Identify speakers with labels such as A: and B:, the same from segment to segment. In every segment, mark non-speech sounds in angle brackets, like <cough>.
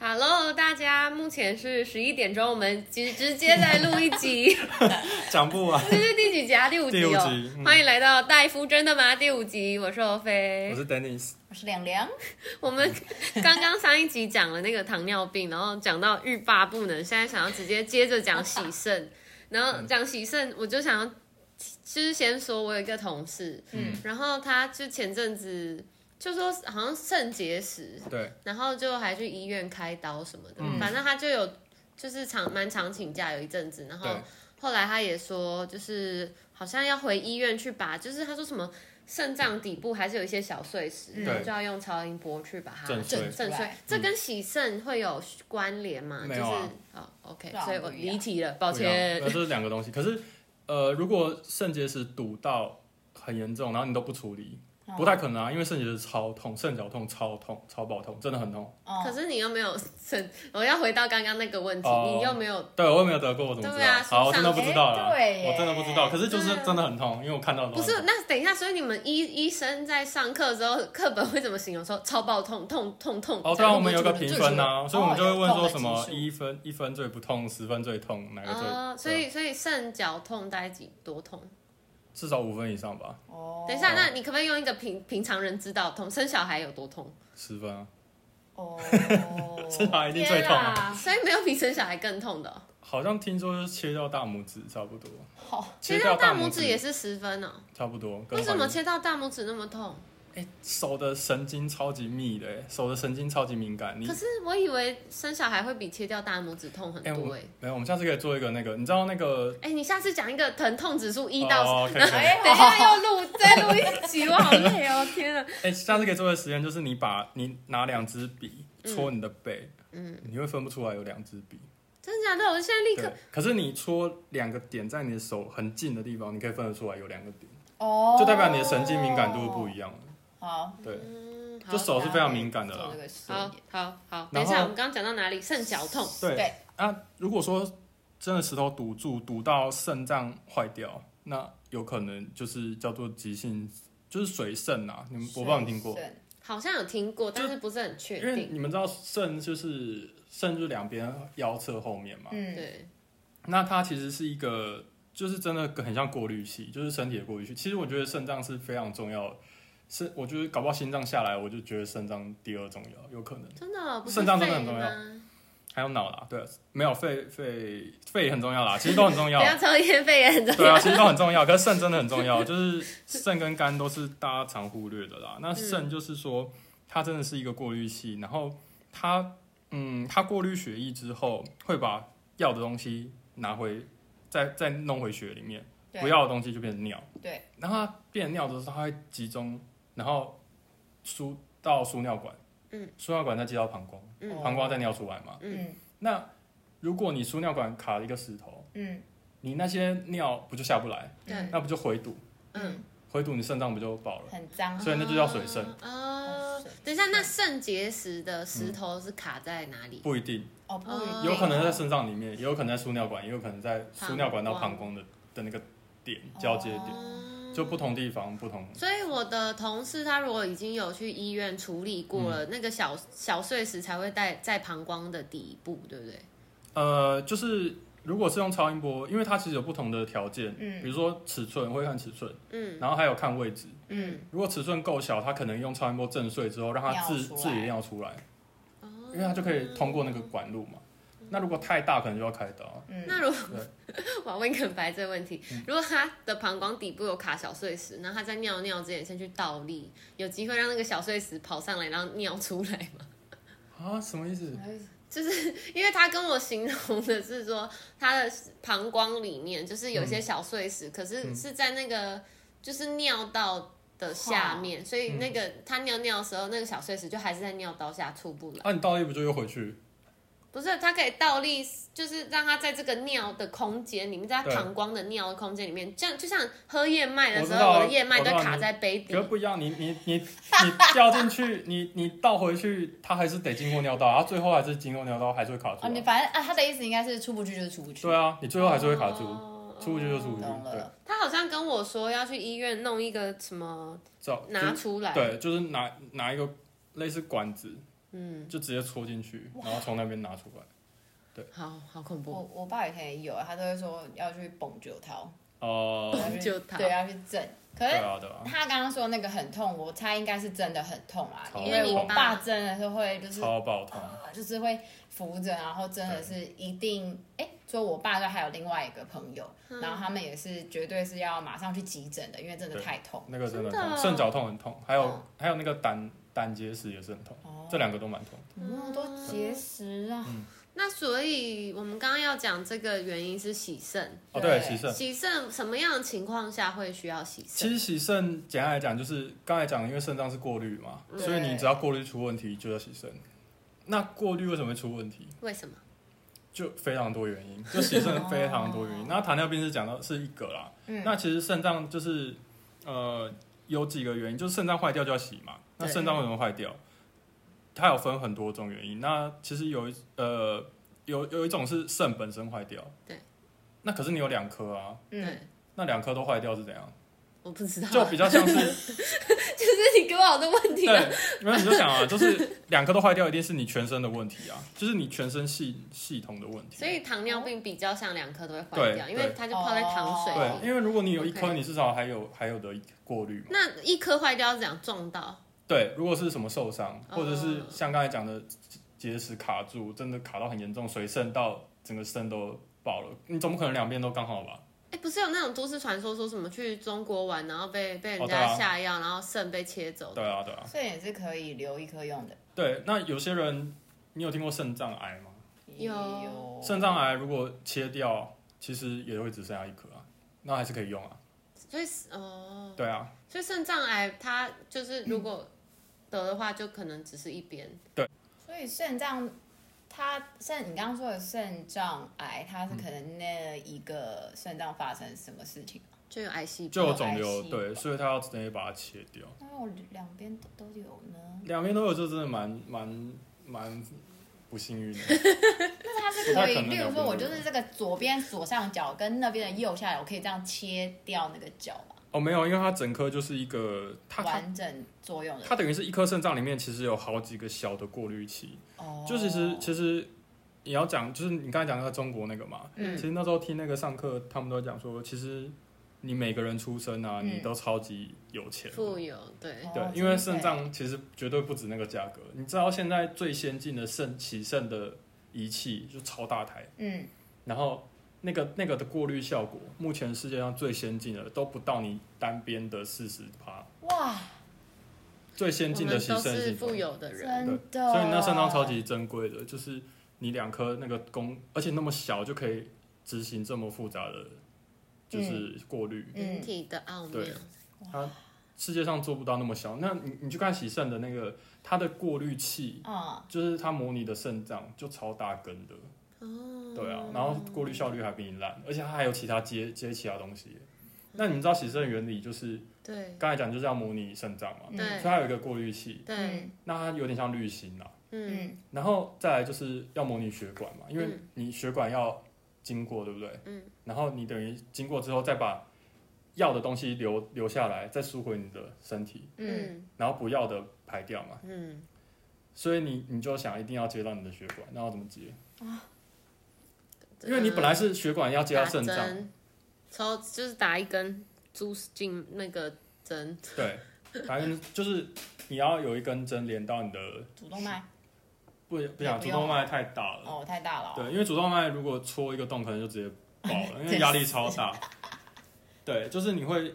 A: Hello，大家，目前是十一点钟，我们直直接在录一
B: <laughs>
A: 集，
B: 讲不完。
A: 这是第几集啊？第五集哦。
B: 第五集嗯
A: 欢迎来到戴夫，真的吗？第五集，我是欧菲
B: <laughs> 我。是 Dennis，
C: 我是凉凉，
A: 我们刚刚上一集讲了那个糖尿病，然后讲到欲罢不能，现在想要直接接着讲喜
B: <laughs>
A: 肾，然后讲喜肾，我就想要，就是先说，我有一个同事，
B: 嗯，
A: 然后他就前阵子就说好像肾结石，
B: 对，
A: 然后就还去医院开刀什么的，
B: 嗯
A: 反正他就有就是长蛮长请假有一阵子，然后
B: 对
A: 后来他也说就是好像要回医院去把，就是他说什么肾脏底部还是有一些小碎石，
C: 嗯
A: 然后就要用超音波去把它
B: 震碎
A: 震
C: 震出
A: 碎
C: 来。
A: 这跟洗肾会有关联吗？
B: 没
A: 就是
B: 有啊
A: 哦，OK，
C: 对啊
A: 所以我
C: 不一样
A: 离题了，抱
B: 不一样
A: 歉
B: 那。这是两个东西。可是，呃，如果肾结石堵到很严重，然后你都不处理，不太可能啊，因为肾结石超痛，肾绞痛超痛，超爆痛，真的很痛。
C: 哦。
A: 可是你又没有肾，我要回到刚刚那个问题，
B: 哦
A: 你又没有
B: 对，我也没有得过，我怎么知
A: 对
B: 道？
A: 啊
B: 好，
A: 书
B: 我
A: 上
B: 真的不知道啦，
C: 哎对耶
B: 我真的不知道。可是就是
A: 对啊
B: 真的很痛，因为我看到的
A: 不是，那等一下，所以你们医医生在上课的时候，课本会怎么形容？说超爆痛，痛痛痛。
B: 哦，
A: 这
B: 对啊，
A: 样
B: 我们有个评分呐、
C: 最主
B: 所以我们就会问
C: 哦
B: 说
C: 有
B: 什么
C: 痛的指数
B: 一分一分最不痛，十分最痛，哪个最？
A: 哦，所
B: 对
A: 以所以肾绞痛大概几多痛？
B: 至少五分以上吧，
C: 哦，
A: 等一下，那你可不可以用一个平平常人知道痛，生小孩有多痛？
B: 十分啊，
C: 哦，
B: 至少一定 <laughs> 最痛啊。
A: 所以没有比生小孩更痛的哦、
B: 好像听说就是切掉大拇指差不多，
C: 好，
A: 切到
B: 掉
A: 大
B: 拇
A: 拇指也是十分哦。
B: 差不多。跟
A: 为什么
B: 环
A: 切到大拇指那么痛？
B: 手的神经超级密的欸，手的神经超级敏感。你
A: 可是我以为生小孩会比切掉大拇指痛很
B: 哎、我
A: 多哎、
B: 们没有，我们下次可以做一个那个，你知道那个
A: 哎、你下次讲一个疼痛指数一
B: 哦
A: 到十，
B: 可以
A: 然后
B: 可以 <laughs>
C: 哎
A: 等一下又录再录一集，我好累哦，天啊！
B: 哎、下次可以做一个实验，就是你把你拿两支笔戳你的背，嗯，你会分不出来有两支笔。
A: 真的假的？我现在立刻
B: 对，可是你戳两个点在你的手很近的地方，你可以分得出来有两个点，<laughs>
C: 哦，
B: 就代表你的神经敏感度不一
C: 样。
B: 样了。
C: 哦好，
B: 对，
A: 嗯，好
B: 就手是非常敏感的
C: 做
B: 啦
C: 这。个实
A: 好
C: 验。
A: 好好，等
B: 然后
A: 一下，我们刚刚讲到哪里？肾绞痛，
B: 对
C: 对
B: 啊，如果说真的石头堵住，堵到肾脏坏掉，那有可能就是叫做急性，就是水肾啊。你们我不知道你们听过，
C: 是
A: 好像有听过，但是不是很确
B: 因为
A: 定。
B: 你们知道肾就是肾就是两边腰侧后面嘛，
C: 嗯，
A: 对，
B: 那它其实是一个就是真的很像过滤器，就是身体的过滤器。其实我觉得肾脏是非常重要的，是我觉得搞不好心脏下来，我就觉得肾脏第二重要，有可能。
A: 真的哦不是
B: 肾脏真的
A: 肺
B: 很重要
A: 吗
B: 还有脑啦，对，啊没有肺肺肺也很重要啦，其实都很重要啊
A: 不。要抽烟，肺也很 <laughs> 重
B: 对
A: 要。
B: 啊，其实都很重要，可是肾真的很重要，就是肾跟肝都是大家常忽略的啦。那肾就是说，它真的是一个过滤器，然后它，嗯，它过滤血液之后，会把要的东西拿回，再再弄回血里面，
C: 对
B: 不要的东西就变成尿。
C: 对，
B: 然后它变成尿的时候，它会集中，然后输到输尿管，
A: 嗯，
B: 输尿管再接到膀胱，
A: 嗯
B: 膀胱再尿出来嘛。
C: 嗯
B: 那如果你输尿管卡了一个石头，
C: 嗯
B: 你那些尿不就下不来？
A: 对，
B: 那不就回堵？
A: 嗯，
C: 嗯，
B: 回堵你肾脏不就爆了？
C: 很脏。啊
B: 所以那就叫水肾
A: 哦
C: 哦水，
A: 等一下，那肾结石的
B: 嗯
A: 石头是卡在哪里？
B: 不一定，
C: 哦，不一定
A: 嗯
B: 有可能在肾脏里面，也有可能在输尿管，也有可能在输尿管到膀胱的的那个点交接点，
A: 哦
B: 就不同地方不同。
A: 所以我的同事他如果已经有去医院处理过
B: 嗯
A: 了，那个小小碎石才会在在膀胱的底部，对不对？
B: 呃，就是如果是用超音波，因为它其实有不同的条件，
C: 嗯
B: 比如说尺寸会看尺寸，
A: 嗯
B: 然后还有看位置。
A: 嗯，
B: 如果尺寸够小，它可能用超音波震碎之后，让它自
C: 尿出来
B: 自己尿出来，
A: 哦
B: 因为它就可以通过那个管路嘛。那如果太大，可能就要开刀。
C: 嗯，
A: 那如果 <laughs> 我要问一个很白这个问题，如果他的膀胱底部有卡小碎石，然后他在尿尿之前先去倒立，有机会让那个小碎石跑上来，然后尿出来吗？ <laughs>
B: 啊，什么意思？
A: 因为他跟我形容的是说，他的膀胱里面就是有一些小碎石，可是是在那个就是尿道的下面，所以那个他尿尿的时候，那个小碎石就还是在尿道下出不来。
B: 啊，你倒立不就又回去？
A: 不是，他可以倒立，就是让他在这个尿的空间里面，在它
B: 对
A: 膀胱的尿的空间里面，这样就像喝燕麦的时
B: 我知道
A: 候，
B: 啊
A: 我的燕麦
B: 我
A: 就
B: 知道
A: 卡在杯底
B: 可是。不一样，你你你你掉进去，你你倒回去，它还是得经过尿道，它最后还是经过尿道，还是会卡住
C: 哦，你
B: 啊。
C: 反正啊，他的意思应该是出不去就是出不去。
B: 对啊，你最后还是会卡住，
A: 哦
B: 出不去就出不去
C: 懂。
B: 对，
C: 了。
A: 他好像跟我说要去医院弄一个什么
B: 照
A: 拿出来，
B: 对，就是拿拿一个类似管子，
A: 嗯，
B: 就直接戳进去，然后从那边拿出来。
A: 好好恐怖，
C: 我我爸以前也有，啊他都会说要去蹦九涛，
B: 哦、
C: 要去
A: 九桃
C: 对，要去震。可
B: 对
C: 是
B: 啊，对啊，
C: 他刚刚说那个很痛，我猜应该是真的很痛啊，
B: 超
C: 因为我
A: 痛
C: 爸真的是会就是
B: 超爆痛。
C: 啊就是会扶着，然后真的是一定，哎，说我爸就还有另外一个朋友，然后他们也是绝对是要马上去急诊的，因为真的
B: 对
C: 太痛。
B: 那个真的
A: 真的
B: 痛，
A: 哦
B: 肾绞痛很痛，还有、
C: 啊嗯
B: 还有那个胆胆结石也是很痛，
C: 哦
B: 这两个都蛮痛。
C: 怎么那么多哦结石啊？
A: 那所以我们刚刚要讲这个原因是洗肾，
B: 哦，对，
C: 对
B: 洗肾。
A: 洗肾什么样的情况下会需要洗
B: 其
A: 肾？
B: 实洗肾简单来讲就是刚才讲，因为肾脏是过滤嘛，
C: 对
B: 所以你只要过滤出问题就要洗肾。那过滤为什么会出问题？
A: 为什么？
B: 就非常多原因，就洗肾非常多原因。那糖尿病是讲到是一个啦，
C: 嗯
B: 那其实肾脏就是呃有几个原因，就是肾脏坏掉就要洗嘛。那
A: 对
B: 肾脏为什么坏掉？它有分很多种原因。那其实有一呃有有一种是肾本身坏掉，
A: 对。
B: 那可是你有两颗啊，
C: 嗯，
A: 对，
B: 那两颗都坏掉是怎样？
A: 我不知道，
B: 就比较像是
A: <laughs> 就是你给我好多问题啊。
B: 对，没有你就想啊，就是两颗都坏掉，一定是你全身的
A: <laughs>
B: 问题啊，就是你全身系系统的问题。
A: 所以糖尿病比较像两颗都会坏掉，
B: 对
A: 因为它就泡在糖水
B: 对，
A: 里。
B: 因为如果你有一颗，
A: 哦 OK
B: 你至少还有还有的过滤嘛。
A: 那一颗坏掉是怎样撞到？
B: 对，如果是什么受伤，
A: 哦
B: 或者是像刚才讲的结石卡住，真的卡到很严重，水渗到整个肾都爆了，你总不可能两边都刚好吧？
A: 哎，不是有那种都市传说说什么去中国玩，然后被被
B: 哦
A: 人
B: 对
A: 家
B: 啊
A: 下药，然后肾被切走的。
B: 对啊，对啊，
C: 所以也是可以留一颗用的。
B: 对。那有些人，你有听过肾脏癌吗？
A: 有哦
C: 有
B: 肾脏癌如果切掉，其实也会只剩下一颗啊，那还是可以用啊。
A: 所以哦，
B: 对啊，
A: 所以肾脏癌它就是如果得的话，就可能只是一边。
C: 所以肾脏，它肾，你刚刚说的肾脏癌，它是可能那一个肾脏发生什么事情？
A: 就有癌细
B: 就有
A: 胞，
B: 肿
C: 癌
B: 瘤，
C: 细
B: 对，所以他要直接把它切掉，
C: 那我两边都都有呢？
B: 两边都有，就真的蛮蛮蛮不幸运的。
C: 那它是可
B: 不太
C: 以
B: 可，能
C: 例如
B: 两边都
C: 说
B: 有
C: 我就是这个左边左上角跟那边的右下角，我可以这样切掉那个角嘛？
B: 哦，没有，因为它整颗就是一个，它它
C: 完整作用的
B: 它等于是一颗肾脏里面其实有好几个小的过滤器，
C: 哦，
B: 就其实其实你要讲，就是你刚才讲那个中国那个嘛，
C: 嗯
B: 其实那时候听那个上课，他们都讲说，其实你每个人出生啊，
C: 嗯
B: 你都超级有钱的。
A: 富有对
C: 哦
B: 对
C: 真，
B: 因为
C: 的
B: 肾脏其实绝对不止那个价格。你知道现在最先进的肾起肾的仪器就超大台，
C: 嗯，
B: 然后那个那个的过滤效果，目前世界上最先进的都不到你单边的四十趴，
C: 哇，
B: 最先
A: 我
B: 进的
A: 们
B: 洗
A: 都
B: 肾
A: 是
B: 系
A: 富
B: 统。
A: 有哦的人。
C: 真
B: 对
C: 的，
B: 所以那肾脏超级珍贵的，就是你两颗那个功，而且那么小就可以执行这么复杂的，
A: 嗯
B: 就是过滤。
C: 嗯
A: 人体的奥妙
B: 对，世界上做不到那么小。那你你去看洗肾的那个，它的过滤器，
C: 嗯，
B: 就是它模拟的肾脏就超大根的，
A: 哦，
B: 对啊，然后过滤效率还比你烂，而且它还有其他接接其他东西。那你知道洗肾原理就是
A: 对
B: 刚才讲就是要模拟肾脏嘛，
C: 嗯
B: 所以
A: 对
B: 它有一个过滤器，
A: 对，
B: 那它有点像滤芯啊。
A: 嗯，
C: 嗯
B: 然后再来就是要模拟血管嘛，因为
A: 嗯
B: 你血管要经过，对不对？
A: 嗯。
B: 然后你等于经过之后，再把要的东西留留下来，再输回你的身体，
C: 嗯，
B: 然后不要的排掉嘛。
A: 嗯，
B: 所以你你就想一定要接到你的血管，那要怎么接？
A: 嗯
B: 因为你本来是血管要接到
A: 打
B: 肾脏，
A: 针，抽就是打一根猪进那个针，
B: 对，反正就是你要有一根针连到你的，
C: 主动脉
B: 不不想
C: 也不
B: 主
A: 啊
C: 用
B: 动脉太大了，
C: 哦太大了哦，
B: 对，因为主动脉如果戳一个洞，可能就直接爆了，因为压力超
A: <laughs>
B: 大。对，就是你会，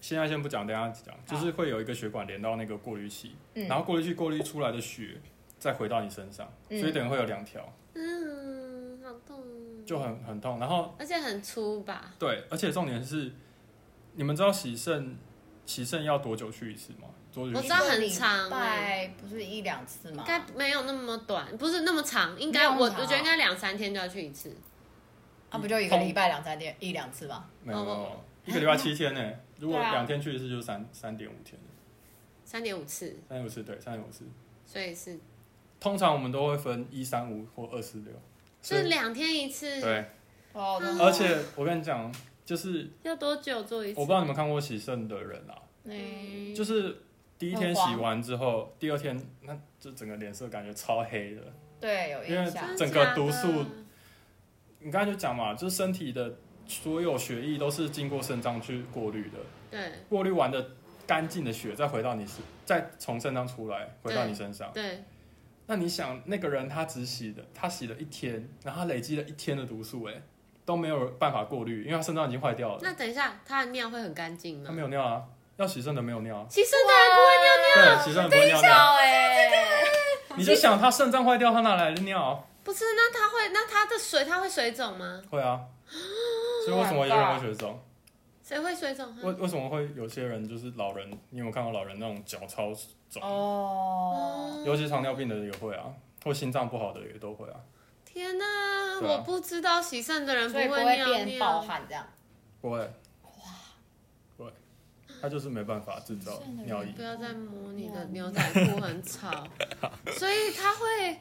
B: 现在先不讲，等一下讲，就是会有一个血管连到那个过滤器，
C: 嗯
B: 然后过滤器过滤出来的血再回到你身上，
C: 嗯
B: 所以等于会有两条，
A: 嗯，好痛，
B: 就很很痛。然后
A: 而且很粗吧？
B: 对，而且重点是，你们知道洗肾洗肾要多久去一次吗？多久
A: 我
B: 去
A: 知
B: 一
A: 道
B: 次？
A: 很长
C: 拜不是一两次吗
A: 应？该没有那么短，不是那么长，应
C: 没
A: 该
C: 有那
A: 我
C: 么长
A: 我觉得应该两三天就要去一次。
C: 啊，不就一个礼拜两三天一两次吗？
B: 没有没有没
A: 哦
B: 有，一个礼拜七天呢、如果
C: 对啊
B: 两天去一次就是三三点五天，
A: 三点五次，
B: 三点五次对，三点五次。
A: 所以是
B: 通常我们都会分一三五或二四六，所
A: 是
B: 以
A: 两天一次，
B: 对，
C: 哦，真的
B: 而且我跟你讲，就是
A: 要多久做一
B: 我不
A: 次
B: 知？道你们看过喜肾的人啊，
C: 嗯
A: 嗯，
B: 就是第一天洗完之后，第二天那就整个脸色感觉超黑的。
C: 对，有
B: 因
C: 印
B: 为
C: 象。
B: 整个
A: 真
B: 毒
A: 的
B: 素
A: 假的
B: 你刚才就讲嘛，就是身体的所有血液都是经过肾脏去过滤的，
A: 对
B: 过滤完的干净的血再回到你身，再从肾脏出来回到你身上。
A: 对，
B: 那你想，那个人他只洗的，他洗了一天，然后他累积了一天的毒素、欸，哎，都没有办法过滤，因为他肾脏已经坏掉了，
A: 那等一下他的尿会很干净
B: 他
A: 吗
B: 没？有尿啊，要洗肾的没有尿啊，
A: 其实当然不会尿尿，
B: 对，洗肾的不会尿尿，
C: 哎，
B: 你就想他肾脏坏掉，他哪来的尿？
A: 不是？那他会，那他的水他会水肿吗？
B: 会啊，所以为什么有人会水肿？
A: 谁会水肿？
B: 为为什么会有些人就是老人？你有没有看过老人那种脚超肿？
C: 哦，
B: 尤其糖尿病的也会啊，或心脏不好的也都会啊，
A: 天哪、
B: 对啊
A: 我不知道洗肾的人
C: 所以不
A: 会
C: 会
A: 尿
C: 变暴
A: 尿，
C: 汗
B: <laughs>
C: 这样。
B: 不会。不会，他就是没办法制造尿液
A: 不。要再摸你的牛仔裤，很 <laughs> 吵。所以他会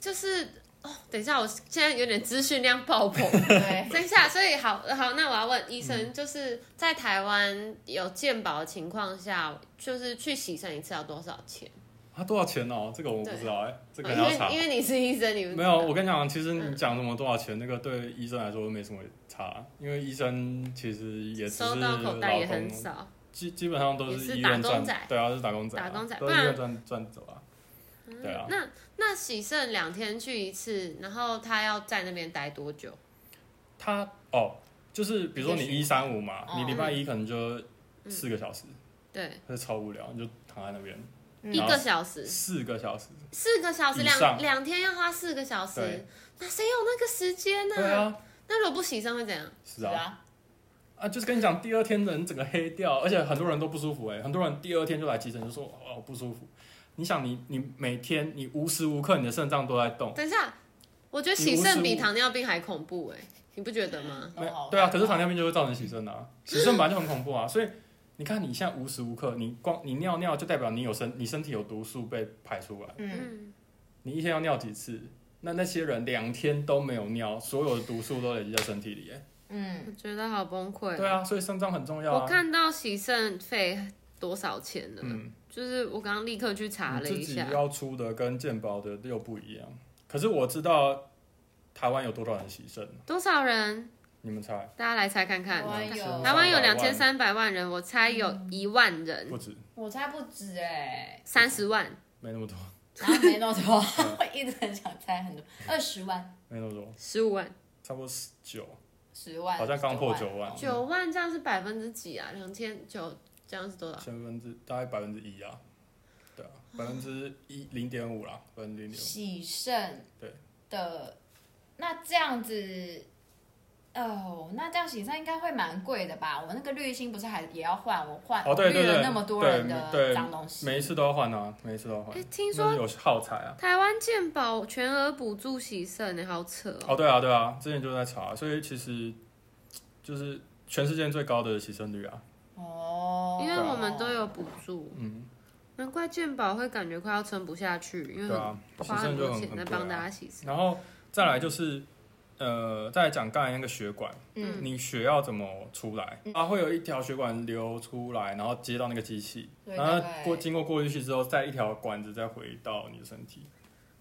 A: 就是哦，等一下，我现在有点资讯量爆 <laughs> 棚。
B: 啊
C: 对，
A: 等一下，所以好好，那我要问医生，就是在台湾有健保的情况下，就是去洗肾一次要多少钱？哦
B: 他、多少钱哦？这个我不知道哎、这
A: 呃因
B: 个还要
A: 为
B: 查。
A: 因为你是医生，你不知
B: 没
A: 道
B: 有，我跟你讲，其实
A: 嗯
B: 你讲什么多少钱，那个对医生来说没什么差，因为医生其实也只
A: 收
B: 是
A: 到
B: 老
A: 口袋也
B: 公
A: 很少。
B: 基基本上都
A: 也是
B: 医
A: 打
B: 院
A: 工
B: 赚
A: 仔，
B: 对啊，是打工仔啊，
A: 打工仔
B: 都
A: 不
B: 是
A: 然嗯
B: 医院赚赚走啊，对啊。
A: 那那洗肾两天去一次，然后他要在那边待多久？
B: 他哦，就是比如说你
C: 也许
B: 一三五嘛，
C: 哦
B: 你礼拜
A: 嗯
B: 一可能就四个小时，
A: 对，
B: 那、超无聊，你就躺在那边
C: 嗯
A: 一个小时，
B: 四个小时。
A: 四个小时，
B: 以上
A: 两两天要花四个小时
B: 对，
A: 那谁有那个时间呢、
B: 对啊，
A: 那如果不洗肾会怎样？
B: 是啊，
C: 啊，
B: 啊，就是跟你讲，第二天人整个黑掉，而且很多人都不舒服哎、很多人第二天就来急诊，就说哦不舒服。你想你你每天你无时无刻你的肾脏都在动，
A: 等一下，我觉得洗肾比糖尿病还恐怖哎、你不觉得吗？
B: 没
C: 哦
B: 对啊，
C: 好
B: 可是糖尿病就会造成洗肾啊，洗肾本来就很恐怖啊，所以你看你现在无时无刻你光你尿尿就代表你有身你身体有毒素被排出来，
C: 嗯，
A: 嗯，
B: 你一天要尿几次？那那些人两天都没有尿，所有的毒素都累积在身体里耶。
C: 嗯，
A: 我觉得好崩溃。
B: 对啊，所以肾脏很重要
A: 我
B: 啊。
A: 看到洗肾费多少钱了，
B: 嗯，
A: 就是我刚刚立刻去查
B: 你
A: 了
B: 自
A: 一
B: 己
A: 下，
B: 要出的跟健保的又不一样。可是我知道台湾有多少人洗肾，
A: 多少人？
B: 你们猜？
A: 大家来猜看看
C: 台。湾有
A: 台湾有
B: 300
A: 两
B: 万
A: 千三百万人，我猜有一万人，
B: 不止，
C: 我猜不止哎，
A: 三十万，
B: 没那么多，
C: 然后没弄错，
B: 嗯
C: <laughs> 我一直很想猜很多，二十万、
B: 没那么多，
A: 十五万，
B: 差不多十九。
C: 十万，
B: 好像刚破
C: 9
B: 9万
A: 九万这样是百分之几啊？两千九这样是多少？
B: 千分之大概百分之一啊，对啊，百分之一零点五啦，百分之零点五。
C: 喜肾
B: 对
C: 的，那这样子，哦，那这样喜肾应该会蛮贵的吧？我那个滤芯不是还也要换？我换
B: 哦对
C: 滤
B: 对
C: 了
B: 对
C: 那么多人
B: 对
C: 的
B: 对
C: 脏东西，
B: 每一次都要换啊，每一次都要换
A: 哎、。听说
B: 那有耗材啊。
A: 台湾健保全额补助洗肾，你好扯哦。
B: 哦，对啊，对啊，之前就在查，所以其实就是全世界最高的洗肾率啊。
C: 哦，
A: 因为我们都有补助，
B: 嗯，
A: 难怪健保会感觉快要撑不下去，因为
B: 对啊
A: 很，
B: 洗
A: 嗯花
B: 肾
A: 很
B: 就
A: 多
B: 很
A: 钱在
B: 很
A: 帮
B: 贵
A: 大
B: 啊。
A: 家洗肾。
B: 然后再来就是，呃，再来讲刚才那个血管，
C: 嗯
B: 你血要怎么出来？
A: 嗯
B: 啊，会有一条血管流出来，然后接到那个机器，
C: 对
B: 然后
C: 大概
B: 过经过过滤器之后，再一条管子再回到你的身体，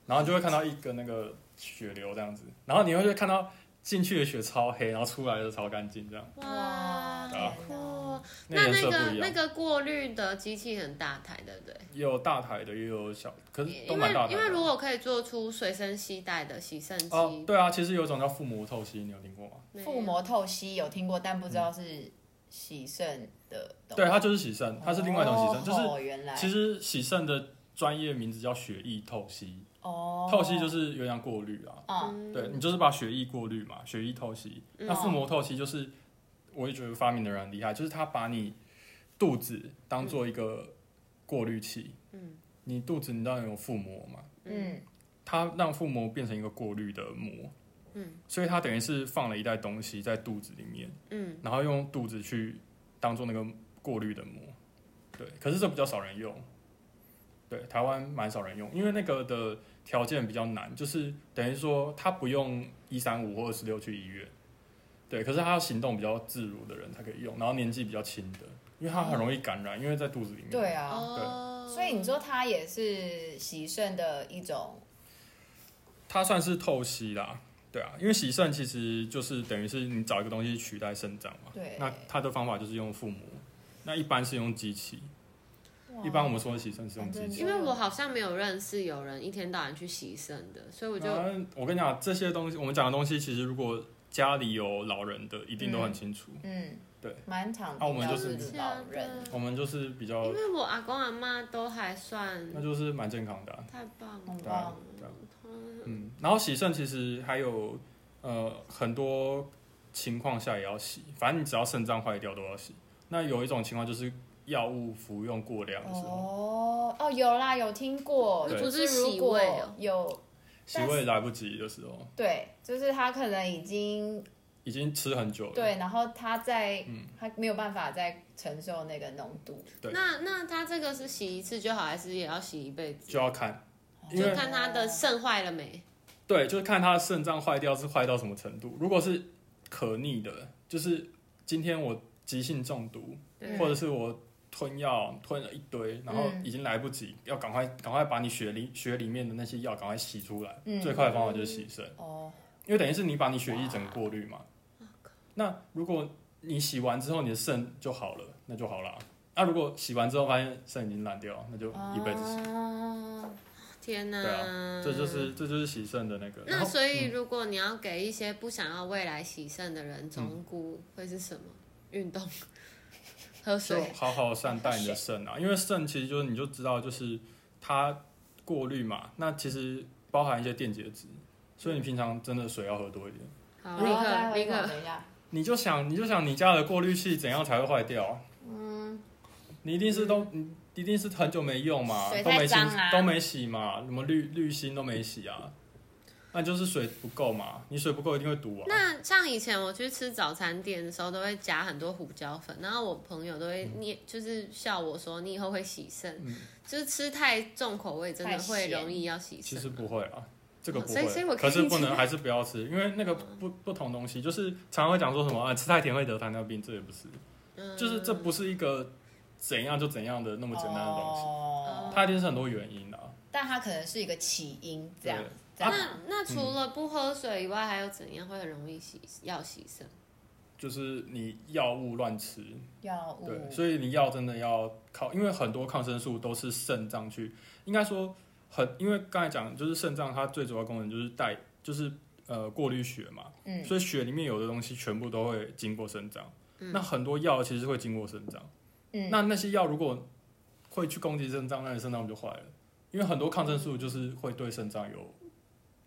B: 然后你就会看到一个那个血流这样子，然后你会就看到进去的血超黑，然后出来的超干净，这样
A: 哇，
C: 对
A: 好
C: 啊
A: 酷哦！那
B: 那颜
A: 那
B: 色
A: 个
B: 不一
A: 那
B: 样。
A: 个过滤的机器很大台，对不对？
B: 也有大台的，也有小，可是嗯都
A: 因
B: 蛮
A: 为
B: 大台的。
A: 因为如果可以做出随身携带的洗肾
B: 哦，
A: 机，
B: 对啊，其实有一种叫腹膜透析，你有听过吗？
A: 没有
C: 腹膜透析有听过，但不知道是喜肾的东西。
B: 对，它就是洗肾，它是另外一种洗肾，就是
C: 哦原来
B: 其实洗肾的专业名字叫血液透析，
C: 哦，
B: 透析就是有点像过滤啊，
C: 啊，
A: 嗯
B: 对你就是把血液过滤嘛，血液透析。那腹膜透析就是，我也觉得发明的人很厉害，就是他把你肚子当做一个过滤器，
A: 嗯，
B: 你肚子你当然有腹膜嘛，
C: 嗯，
B: 它让腹膜变成一个过滤的膜，
A: 嗯，
B: 所以它等于是放了一袋东西在肚子里面。
A: 嗯，
B: 然后用肚子去当做那个过滤的膜。对，可是这比较少人用。对，台湾蛮少人用，因为那个的条件比较难，就是等于说他不用一三五或二十六去医院。对，可是他要行动比较自如的人才可以用，然后年纪比较轻的，因为他很容易感染，因为在肚子里面。
C: 嗯对啊，
A: 哦，
C: 所以你说它也是洗肾的一种，
B: 它算是透析啦，对啊，因为洗肾其实就是等于是你找一个东西取代肾脏嘛。
C: 对
B: 那它的方法就是用腹膜，那一般是用机器，一般我们说的洗肾是用机器。
A: 因为我好像没有认识有人一天到晚去洗肾的，所以我就、
B: 啊我跟你讲，这些东西我们讲的东西，其实如果家里有老人的，一定都很清楚。
C: 嗯，
B: 对，
C: 蛮常
B: 那我们就是
C: 听到老人，
B: 我们就是比较
A: 因，为我阿公阿妈都还算
B: 那就是蛮健康的啊、
A: 太棒了，
C: 很
B: 对啊
C: 棒，，
B: 对啊，嗯，然后洗肾其实还有呃很多情况下也要洗，反正你只要肾脏坏掉都要洗。那有一种情况就是药物服用过量的时候，
C: 哦哦，有啦，有听过，
B: 对
C: 就是
A: 不是
C: 如
A: 洗
C: 果
A: 胃哦
C: 有
B: 洗胃来不及的时候，
C: 对，就是他可能已经
B: 已经吃很久了。
C: 对，然后他在
B: 嗯
C: 他没有办法再承受那个浓度，
B: 对
A: 那那他这个是洗一次就好，还是也要洗一辈子？
B: 就要看，因
A: 就
B: 为
A: 看他的肾坏了没。
B: 对，就是看他的肾脏坏掉是坏到什么程度。如果是可逆的，就是今天我急性中毒，
A: 对
B: 或者是我吞药吞了一堆，然后已经来不及，要赶快赶快把你血里血里面的那些药赶快洗出来。
C: 嗯
B: 最快的方法就是洗肾，
C: 哦，
B: 因为等于是你把你血液整个过滤嘛。那如果你洗完之后你的肾就好了，那就好了。那、如果洗完之后发现肾已经烂掉，那就一辈
C: 哦
B: 子洗。
C: 啊
A: 天哪、
B: 对啊这就是这就是洗肾的那个。
A: 那
B: 然后嗯
A: 所以，如果你要给一些不想要未来洗肾的人，总估会是什么？运动、 <laughs> 喝
B: 就
A: 水。
B: 好好善待你的肾啊，因为肾其实就是你就知道，就是它过滤嘛，那其实包含一些电解质，所以你平常真的水要喝多一点。
A: 好，
C: 哦然
A: 立
C: 后再
A: 刻
C: 喝一
A: 立
C: 口
A: 刻。
C: 等一下，
B: 你就想，你就想你家的过滤器怎样才会坏掉啊？嗯，你一定是都，你一定是很久没用嘛，
C: 水
B: 都
C: 太
B: 没洗
C: 脏啦
B: 都没洗嘛，什么滤滤芯都没洗啊，那就是水不够嘛，你水不够一定会堵啊。
A: 那像以前我去吃早餐店的时候，都会加很多胡椒粉，然后我朋友都会
B: 嗯
A: 念，就是笑我说你以后会洗肾，就是吃太重口味真的
C: 太
A: 会
C: 咸
A: 容易要洗
B: 其
A: 肾。
B: 实不会啊，这个不会。
A: 哦所以所以我
B: 可是
A: 跟你
B: 不能，还是不要吃，因为那个不不同东西，就是常常会讲说什么啊，吃太甜会得糖尿病，这也不是，
A: 嗯
B: 就是这不是一个怎样就怎样的那么简单的东西，
C: 哦，
B: 它一定是很多原因的、啊。
C: 但它可能是一个起因，这样
B: 对，啊
C: 这样
A: 那那除了不喝水以外，还有怎样会很容易洗要洗肾？
B: 就是你药物乱吃，
C: 药
A: 哦
C: 物，
B: 对，所以你药真的要靠，因为很多抗生素都是肾脏去，应该说很，因为刚才讲就是肾脏它最主要功能就是带，就是呃过滤血嘛，
C: 嗯，
B: 所以血里面有的东西全部都会经过肾脏。
A: 嗯
B: 那很多药其实会经过肾脏，
C: 嗯
B: 那那些药如果会去攻击肾脏，那你肾脏就坏了，因为很多抗生素就是会对肾脏有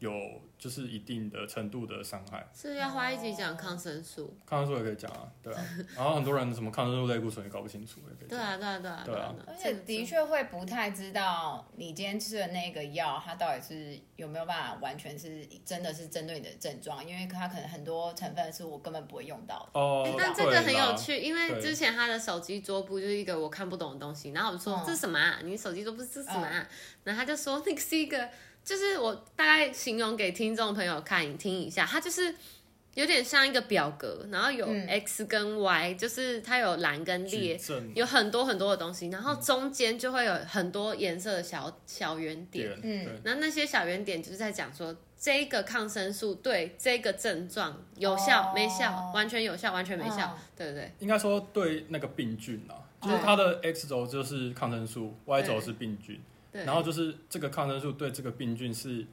B: 有就是一定的程度的伤害。
A: 是要花一集讲抗生素？
B: 抗生素也可以讲啊，对啊，然后很多人什么抗生素类固醇也搞不清楚，也可以
A: 对
B: 讲。
A: 啊，对啊，对啊，
B: 嗯对啊
C: 而且的确会不太知道你今天吃的那个药，它到底是有没有办法完全是真的是针对你的症状，因为它可能很多成分是我根本不会用到的。
B: 哦
A: 欸，但这
B: 对
A: 个
B: 啦
A: 很有趣，因为
B: 对
A: 之前他的手机桌布就是一个我看不懂的东西，然后我就说、
C: 嗯
A: 这是什么啊？你手机桌布是什么啊？然后他就说那个是一个，就是我大概形容给听众朋友看听一下，它就是。有点像一个表格，然后有
C: 嗯
A: X 跟 Y，、就是它有蓝跟
B: 矩
A: 列，
B: 阵
A: 有很多很多的东西，然
B: 嗯
A: 后中间就会有很多颜色的小小圆点，
B: 点，
C: 嗯
B: 对，
A: 那那些小圆点就是在讲说，这个抗生素对这个症状有效、
C: 哦
A: 没效，完全有效，完全没效，对不对？
B: 应该说对那个病菌啊，
A: 嗯
B: 就是它的 X 轴就是抗生素，Y 轴是病菌。
A: 对。
B: 然后就是这个抗生素对这个病菌是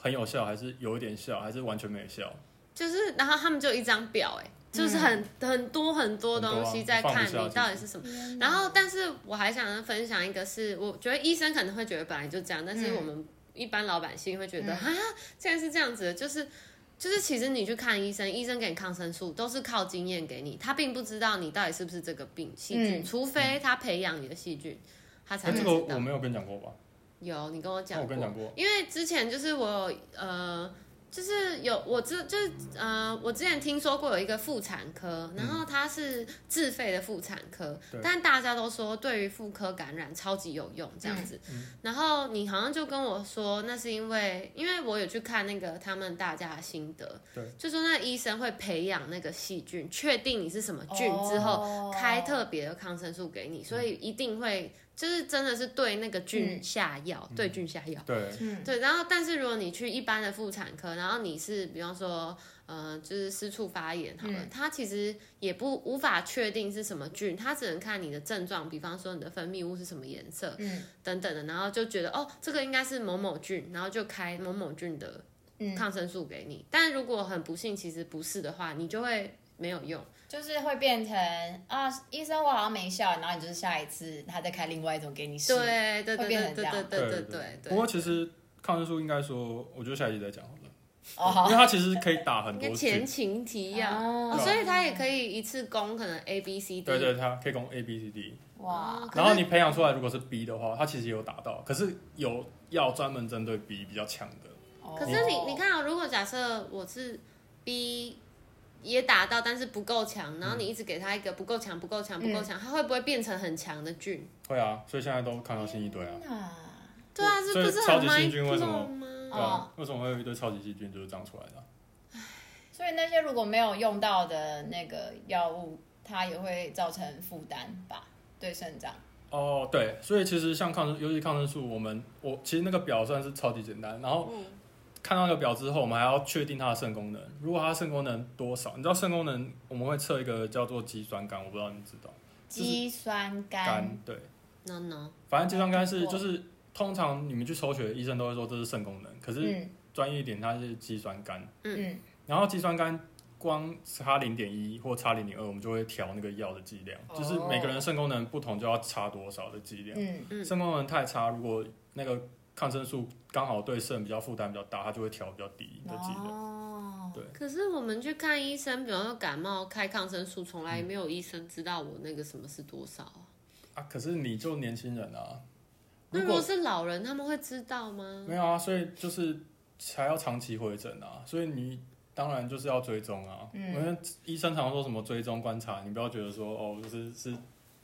B: 很有效，还是有一点效，还是完全没效？
A: 就是，然后他们就一张表、哎，就是很、很多很多东西在看
B: 很多啊
A: 你到底是什么。然后，但是我还想分享一个是，我觉得医生可能会觉得本来就这样，但是我们一般老百姓会觉得啊、竟然是这样子的，就是。就是其实你去看医生，医生给你抗生素都是靠经验给你，他并不知道你到底是不是这个病细菌，
C: 嗯
A: 除非他培养你的细菌，他才
B: 哎，
A: 会
B: 这
A: 知
B: 个
A: 道。
B: 我没有跟你讲过吧？
A: 有，你跟我讲
B: 那我跟你讲过，
A: 因为之前就是我有呃，就是有我之就是呃，我之前听说过有一个妇产科，然后它是自费的妇产科，
B: 对
A: 但大家都说对于妇科感染超级有用这样子。
B: 嗯
A: 然后你好像就跟我说，那是因为因为我有去看那个他们大家的心得，
B: 对，
A: 就说那医生会培养那个细菌，确定你是什么菌之后，
C: 哦
A: 开特别的抗生素给你，所以一定会就是真的是对那个菌下药，
B: 嗯
A: 对菌下药。
B: 对，
A: 对，然后但是如果你去一般的妇产科，然后你是比方说，呃，就是私处发炎好了，它其实也不无法确定是什么菌，它只能看你的症状，比方说你的分泌物是什么颜色，
C: 嗯
A: 等等的，然后就觉得哦，这个应该是某某菌，然后就开某某菌的
C: 嗯，
A: 抗生素给你。但如果很不幸其实不是的话，你就会没有用。
C: 就是会变成啊，医生我好像没效，然后你就是下一次他再开另外一种给你试。
A: 对对对
C: 会变
A: 对对
C: 成这样
A: 对对对对
B: 不过其实抗生素应该说，我觉得下一集再讲好了，
C: 哦，好
B: 因为它其实可以打很
A: 跟
B: 多
A: 前
B: 菌，
A: 情提要，
C: 哦
A: 哦，所以它也可以一次攻可能 A B C D。
B: 对对，它可以供 A B C D，
A: 哦
C: 哇，
A: 可是
B: 然后你培养出来如果是 B 的话，它其实也有打到，可是有药专门针对 B 比较强的，
C: 哦
A: 可是你你看啊，如果假设我是 B 也打到，但是不够强，然后你一直给他一个不够强、不够强、不够强，它会不会变成很强的菌？
B: 会啊，所以现在都抗药性一堆啊，
C: 啊，
A: 对啊，
B: 我
A: 这
B: 所以
A: 不是
B: 超
A: 很
B: 级
A: mind
B: 细菌为什么
A: blown 吗？
B: 对
C: 哦
B: 啊，为什么会有一堆超级细菌就是这样出来的啊？
C: 所以那些如果没有用到的那个药物，它也会造成负担吧，对肾脏。
B: 哦，对，所以其实像抗生，尤其抗生素，我们我其实那个表算是超级简单，然后
A: 嗯
B: 看到那个表之后，我们还要确定它的肾功能。如果它肾功能多少，你知道肾功能我们会测一个叫做肌酸酐，我不知道你知道
C: 肌酸酐
B: 酐对，
A: ，no no，
B: 反正肌酸酐是
C: 没听
B: 就
C: 过
B: 是通常你们去抽血，医生都会说这是肾功能，可是
C: 嗯
B: 专业一点它是肌酸酐。
C: 嗯
B: 然后肌酸酐光差零点一或差零点二，我们就会调那个药的剂量，就是
C: 哦
B: 每个人肾功能不同就要差多少的剂量。
C: 嗯，
A: 嗯
B: 肾功能太差，如果那个抗生素刚好对肾比较负担比较大，它就会调比较低的剂量。
C: 嗯哦，
B: 对
A: 可是我们去看医生，比方说感冒开抗生素，从来没有医生知道我那个什么是多少啊。
B: 啊，可是你就年轻人啊，
A: 那嗯
B: 如
A: 如果
B: 果
A: 是老人，他们会知道吗？
B: 没有啊，所以就是才要长期回诊啊，所以你当然就是要追踪啊。
C: 嗯
B: 因为医生常说什么追踪观察，你不要觉得说哦，就是是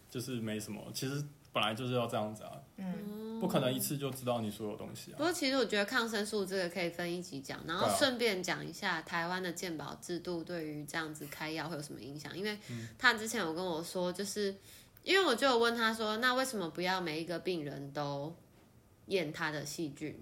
B: 就是没什么，其实本来就是要这样子啊，
C: 嗯
B: 不可能一次就知道你所有东西啊
A: 不。过其实我觉得抗生素这个可以分一集讲，然后
B: 对啊
A: 顺便讲一下台湾的健保制度对于这样子开药会有什么影响，因为
B: 嗯
A: 他之前有跟我说，就是因为我就有问他说，那为什么不要每一个病人都验他的细菌？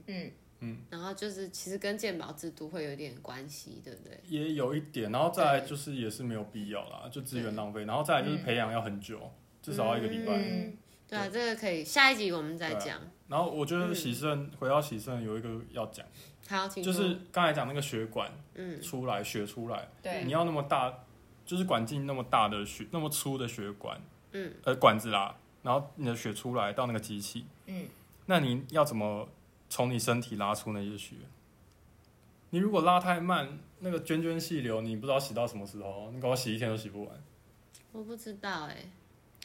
C: 嗯
A: 然后就是其实跟健保制度会有点关系，对不对？
B: 也有一点，然后再来就是也是没有必要啦，就资源浪费，然后再来就是培养要很久，至少要一个礼拜。
C: 嗯
A: 对啊，这个可以下一集我们再
B: 对啊
A: 讲。
B: 然后我觉得喜肾回到喜肾有一个要讲，
A: 好，请
B: 就
A: 说
B: 是刚才讲那个血管
A: 嗯
B: 出来血出来，
C: 对
B: 你要那么大，就是管径那么大的血，那么粗的血管，
A: 嗯，
B: 呃管子啦，然后你的血出来到那个机器，
C: 嗯，
B: 那你要怎么从你身体拉出那些血？你如果拉太慢，那个涓涓细流，你不知道洗到什么时候，你搞不好洗一天都洗不完。
A: 我不知道哎、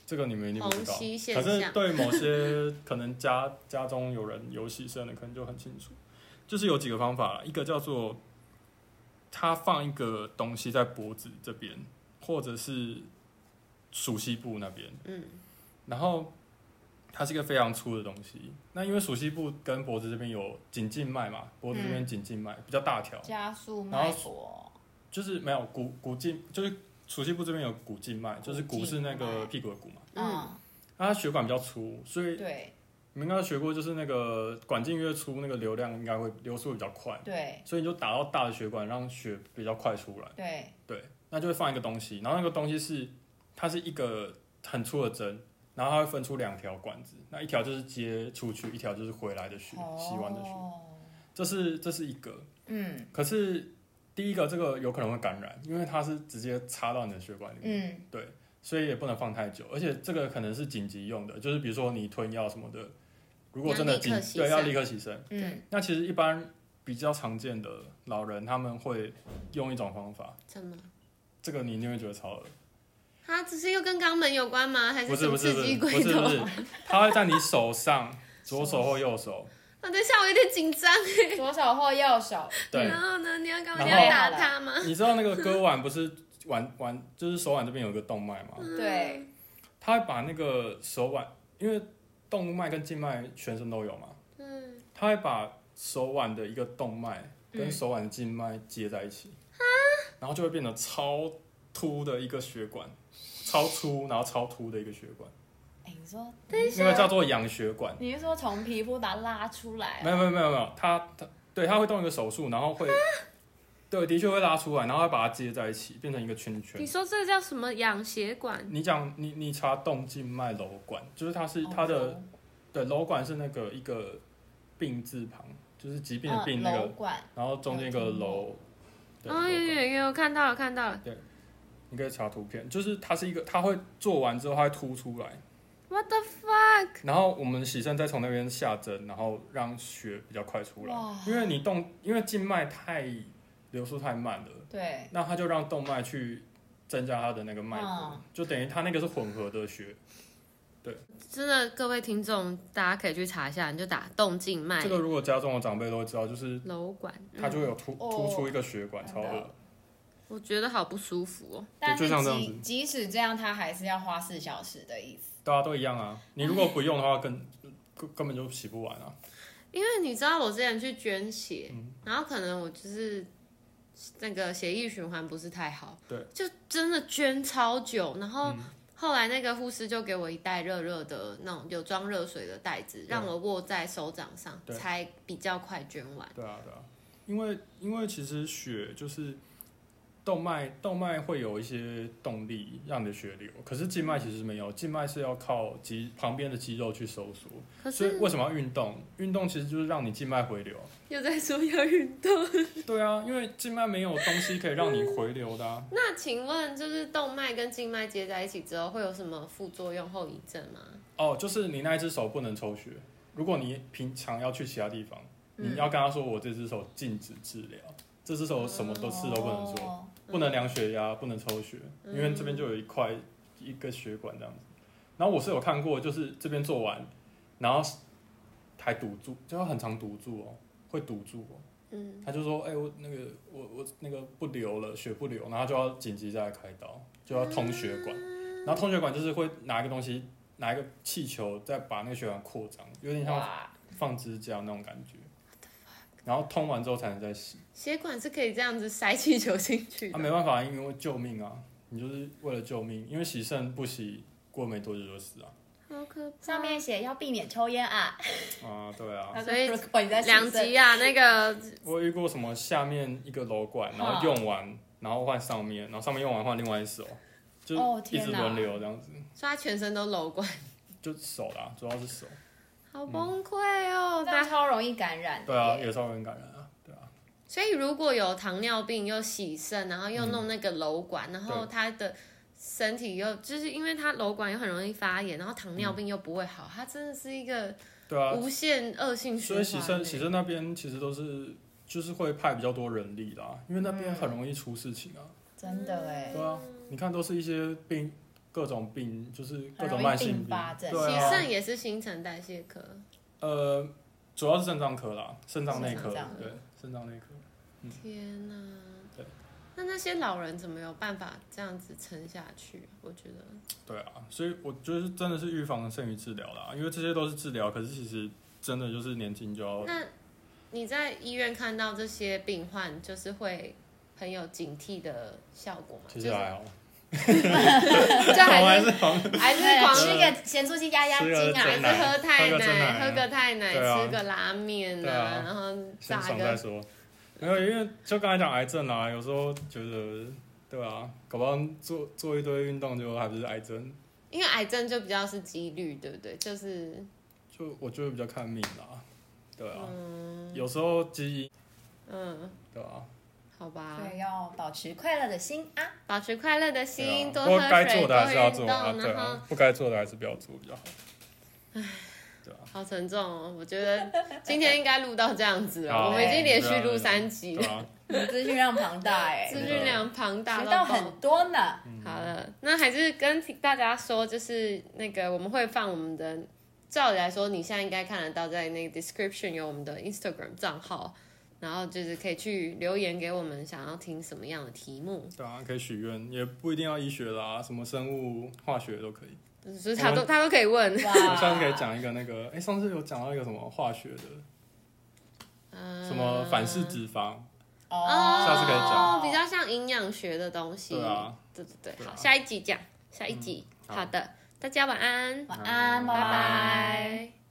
B: 这个你们一定不知道
A: 虹吸。现
B: 可
A: 象
B: 是对某些可能家家中有人有喜肾的，可能就很清楚。就是有几个方法，一个叫做他放一个东西在脖子这边，或者是鼠膝部那边，
A: 嗯，
B: 然后它是一个非常粗的东西。那因为鼠膝部跟脖子这边有颈静脉嘛，脖子这边颈静脉比较大条，
C: 加速脉搏，
B: 就是没有骨骨静，就是鼠膝部这边有骨静脉，就是骨是那
C: 骨静
B: 个
C: 脉
B: 屁股的骨嘛，
C: 嗯，
B: 那它血管比较粗，所以
C: 对
B: 你们应该学过，就是那个管径越粗，那个流量应该会流速会比较快，
C: 对
B: 所以你就打到大的血管，让血比较快出来。
C: 对，
B: 对，那就会放一个东西，然后那个东西是它是一个很粗的针，然后它会分出两条管子，那一条就是接出去，一条就是回来的血，洗完的血。
C: 哦，
B: 这是这是一个，
C: 嗯
B: 可是第一个这个有可能会感染，因为它是直接插到你的血管里面。
C: 嗯
B: 对，所以也不能放太久，而且这个可能是紧急用的，就是比如说你吞药什么的，如果真的紧
A: 要立刻，牺
B: 对，
A: 牲
B: 要立刻牺牲。
C: 嗯，
B: 那其实一般比较常见的老人，他们会用一种方法，
A: 怎么？
B: 这个你一定会觉得超恶，
A: 它只是又跟肛门有关吗？还
B: 不
A: 什
B: 是
A: 么
B: 不
A: 刺
B: 是不
A: 激
B: 是不
A: 鬼
B: 是
A: 头
B: 不？是，他会在你手上，左手或右手，
A: 啊，等一下，我有点紧张。
C: <laughs> 左手或右手，
A: <laughs>
B: 对，
A: 然后呢，你要干嘛？
B: 然
A: 你
B: 后
A: 要打他吗？
B: 你知道那个割腕不是腕腕，就是手腕这边有一个动脉吗？
A: 嗯
C: 对，
B: 他会把那个手腕，因为动脉跟静脉全身都有嘛，
A: 嗯，
B: 他会把手腕的一个动脉跟手腕的静脉接在一起，然后就会变成超凸的一个血管，超粗然后超凸的一个血管，
C: 哎、你说，
B: 那个叫做养血管。
C: 你是说从皮肤把它拉出来、
A: 哎
C: 啊
B: 没有没有没有没有，他他对他会动一个手术，然后会，对，的确会拉出来，然后会把它接在一起，变成一个圈圈
A: 你。说这个叫什么养血管？
B: 你讲你你查动静脉瘘管，就是它
A: 哦
B: 是它的、
C: 哦
B: 对瘘管是那个一个病字旁，就是疾病的病那个，
C: 楼嗯管，
B: 然后中间一个瘘。对
A: 哦，有
B: 瘘管
A: 有有，我看到了看到了
B: 你可以查图片，就是它是一个，它会做完之后它会凸出来，
A: ，What the fuck？
B: 然后我们洗肾再从那边下针，然后让血比较快出来
C: 哇，
B: 因为你动，因为静脉太流速太慢了，
C: 对，
B: 那它就让动脉去增加它的那个脉搏，
C: 嗯
B: 就等于它那个是混合的血，
A: 真的，各位听众，大家可以去查一下，你就打动静脉
B: 这个如果家中的长辈都会知道，就是
A: 瘘管，嗯
B: 它就会有突、
C: 哦
B: 突出一个血管，
C: 看
B: 超
C: 到
B: 恶，
A: 我觉得好不舒服哦。
C: 但
B: 就是像这样
C: 即
B: 子
C: 即使这样，他还是要花四小时的意思。
B: 大家都一样啊，你如果不用的话，根根根本就洗不完啊，
A: 因为你知道我之前去捐血，
B: 嗯
A: 然后可能我就是那个血液循环不是太好，
B: 对，嗯
A: 就真的捐超久，然后后来那个护士就给我一袋热热的那种有装热水的袋子，让我握在手掌上，
B: 对
A: 才比较快捐完。
B: 对啊，对啊，因为因为其实血就是动脉，动脉会有一些动力让你的血流，可是静脉其实没有，静脉是要靠肌旁边的肌肉去收缩。
A: 可
B: 所以
A: 是
B: 为什么要运动？运动其实就是让你静脉回流。
A: 又在说要运动，。
B: 对啊，因为静脉没有东西可以让你回流的、啊
A: 那请问就是动脉跟静脉接在一起之后会有什么副作用、后遗症吗？
B: 哦，就是你那一只手不能抽血。如果你平常要去其他地方，
A: 嗯
B: 你要跟他说我这只手禁止治疗，这只手什么都事都不能做。
C: 哦
B: 不能量血压，不能抽血，因为这边就有一块一个血管这样子。然后我是有看过，就是这边做完，然后还堵住，就很常堵住哦，会堵住哦。
A: 嗯，
B: 他就说：“哎、我那个我我那个不流了，血不流，然后他就要紧急再来开刀，就要通血管。然后通血管就是会拿一个东西，拿一个气球，再把那个血管扩张，有点像
C: 哇，
B: 放支架那种感觉。然后通完之后才能再洗。”
A: 血管是可以这样子塞气球进去
B: 啊，
A: 的。
B: 没办法，因为救命啊，你就是为了救命，因为洗肾不洗，过没多久就死啊。
A: 好可怕！
C: 上面写要避免抽烟啊，
B: 啊，对啊，
A: 所以
C: 如果你在洗
A: 两
C: 身
A: 集啊，那个
B: 我遇过什么下面一个楼管，然
C: 嗯
B: 后用完，然后换上面，然后上面用完换另外一手，就
C: 哦
B: 一
C: 天
B: 直
C: 哪
B: 轮流这样子，
A: 所以他全身都瘘管，
B: 嗯就手啦，主要是手。
A: 好崩溃哦！
B: 嗯
C: 这样
A: 大
C: 超容易感染的
B: 对啊，
C: 耶。
B: 也稍微感染啊，对啊，
A: 所以如果有糖尿病又洗肾，然后又弄那个瘘管，然后他的身体又就是因为他瘘管又很容易发炎，然后糖尿
B: 嗯
A: 病又不会好，他真的是一个
B: 对啊，
A: 无限恶性循
B: 所以
A: 环。
B: 洗
C: 欸
B: 肾洗肾那边其实都是就是会派比较多人力啦，因为那边
C: 嗯
B: 很容易出事情啊。
C: 真的哎
B: 对，啊，你看都是一些病，各种病，就是各
C: 很容
B: 种
C: 易
B: 慢性
C: 并发症
B: 对啊
A: 洗肾也是新陈代谢科，
B: 呃，主要是肾脏科啦，肾脏内科，
C: 肾脏
B: 对，肾脏内科。
A: 天哪、
B: 对
A: 那那些老人怎么有办法这样子撑下去？我觉得
B: 对啊，所以我觉得真的是预防胜于治疗啦，因为这些都是治疗，可是其实真的就是年轻就要，
A: 那你在医院看到这些病患，就是会很有警惕的效果吗？
B: 其实还好，
A: 就是就
B: 我
A: 还
B: <laughs> 还
A: 是
B: 是防，
A: 还
C: 对
A: 是狂
C: 吃个咸酥鸡压压
B: 啊吃
C: 惊
B: 个
A: 还
C: 啊
B: 真
A: 是，
B: 奶
A: 喝太
B: 喝个真奶啊
A: 喝个太奶，
B: 对啊
A: 吃个拉面
B: 对啊
A: 然后
B: 先
A: 炸
B: 爽再
A: 个
B: 说。没有，因为就刚才讲癌症啦，有时候觉得，对啊，搞不好做做一堆运动，结果还不是癌症，
A: 因为癌症就比较是几率，对不对？就是
B: 就我觉得比较看命啦，对啊，有时候基因，
A: 嗯，
B: 对啊，
A: 好吧，
C: 所以要保持快乐的心啊。
A: 保持快乐的
B: 对啊
A: 心，
B: 不
A: 多
B: 过
A: 喝
B: 该
A: 水，
B: 做的
A: 多
B: 还是要
A: 运
B: 做
A: 动，
B: 啊，对
A: 然后
B: 啊，不该做的还是不要做比较好。
A: 好沉重哦，我觉得今天应该录到这样子了，
B: 好
A: 我们已经连
B: 对
A: 续
B: <laughs> 啊
A: 录三集
B: 对
A: 了，
B: 啊，
C: 你们资讯量庞大哎，
A: 资
C: 学
A: 讯量庞大
C: 到
A: 到爆
C: 很多呢。
A: 好了，那还是跟大家说，就是那个我们会放我们的，照理来说你现在应该看得到，在那个 description 有我们的 Instagram 账号，然后就是可以去留言给我们想要听什么样的题目，
B: 对啊，可以许愿，也不一定要医学啦，什么生物、化学都可以。
A: 就是他都他都可以问。
B: <laughs>
C: 啊
B: 我上次可以
C: 哇，
B: 讲一个那个，哎、上次有讲到一个什么化学的，
A: 嗯
B: 什么反式脂肪，
C: 哦，
B: 下次可以讲
A: 哦，比较像营养学的东西。
B: 对啊，
A: 对对对
B: 对啊
A: 好，下一集讲，下一集。
B: 嗯
A: 好的，大家晚安，
C: 晚安，拜
A: 拜
C: 拜。
A: 拜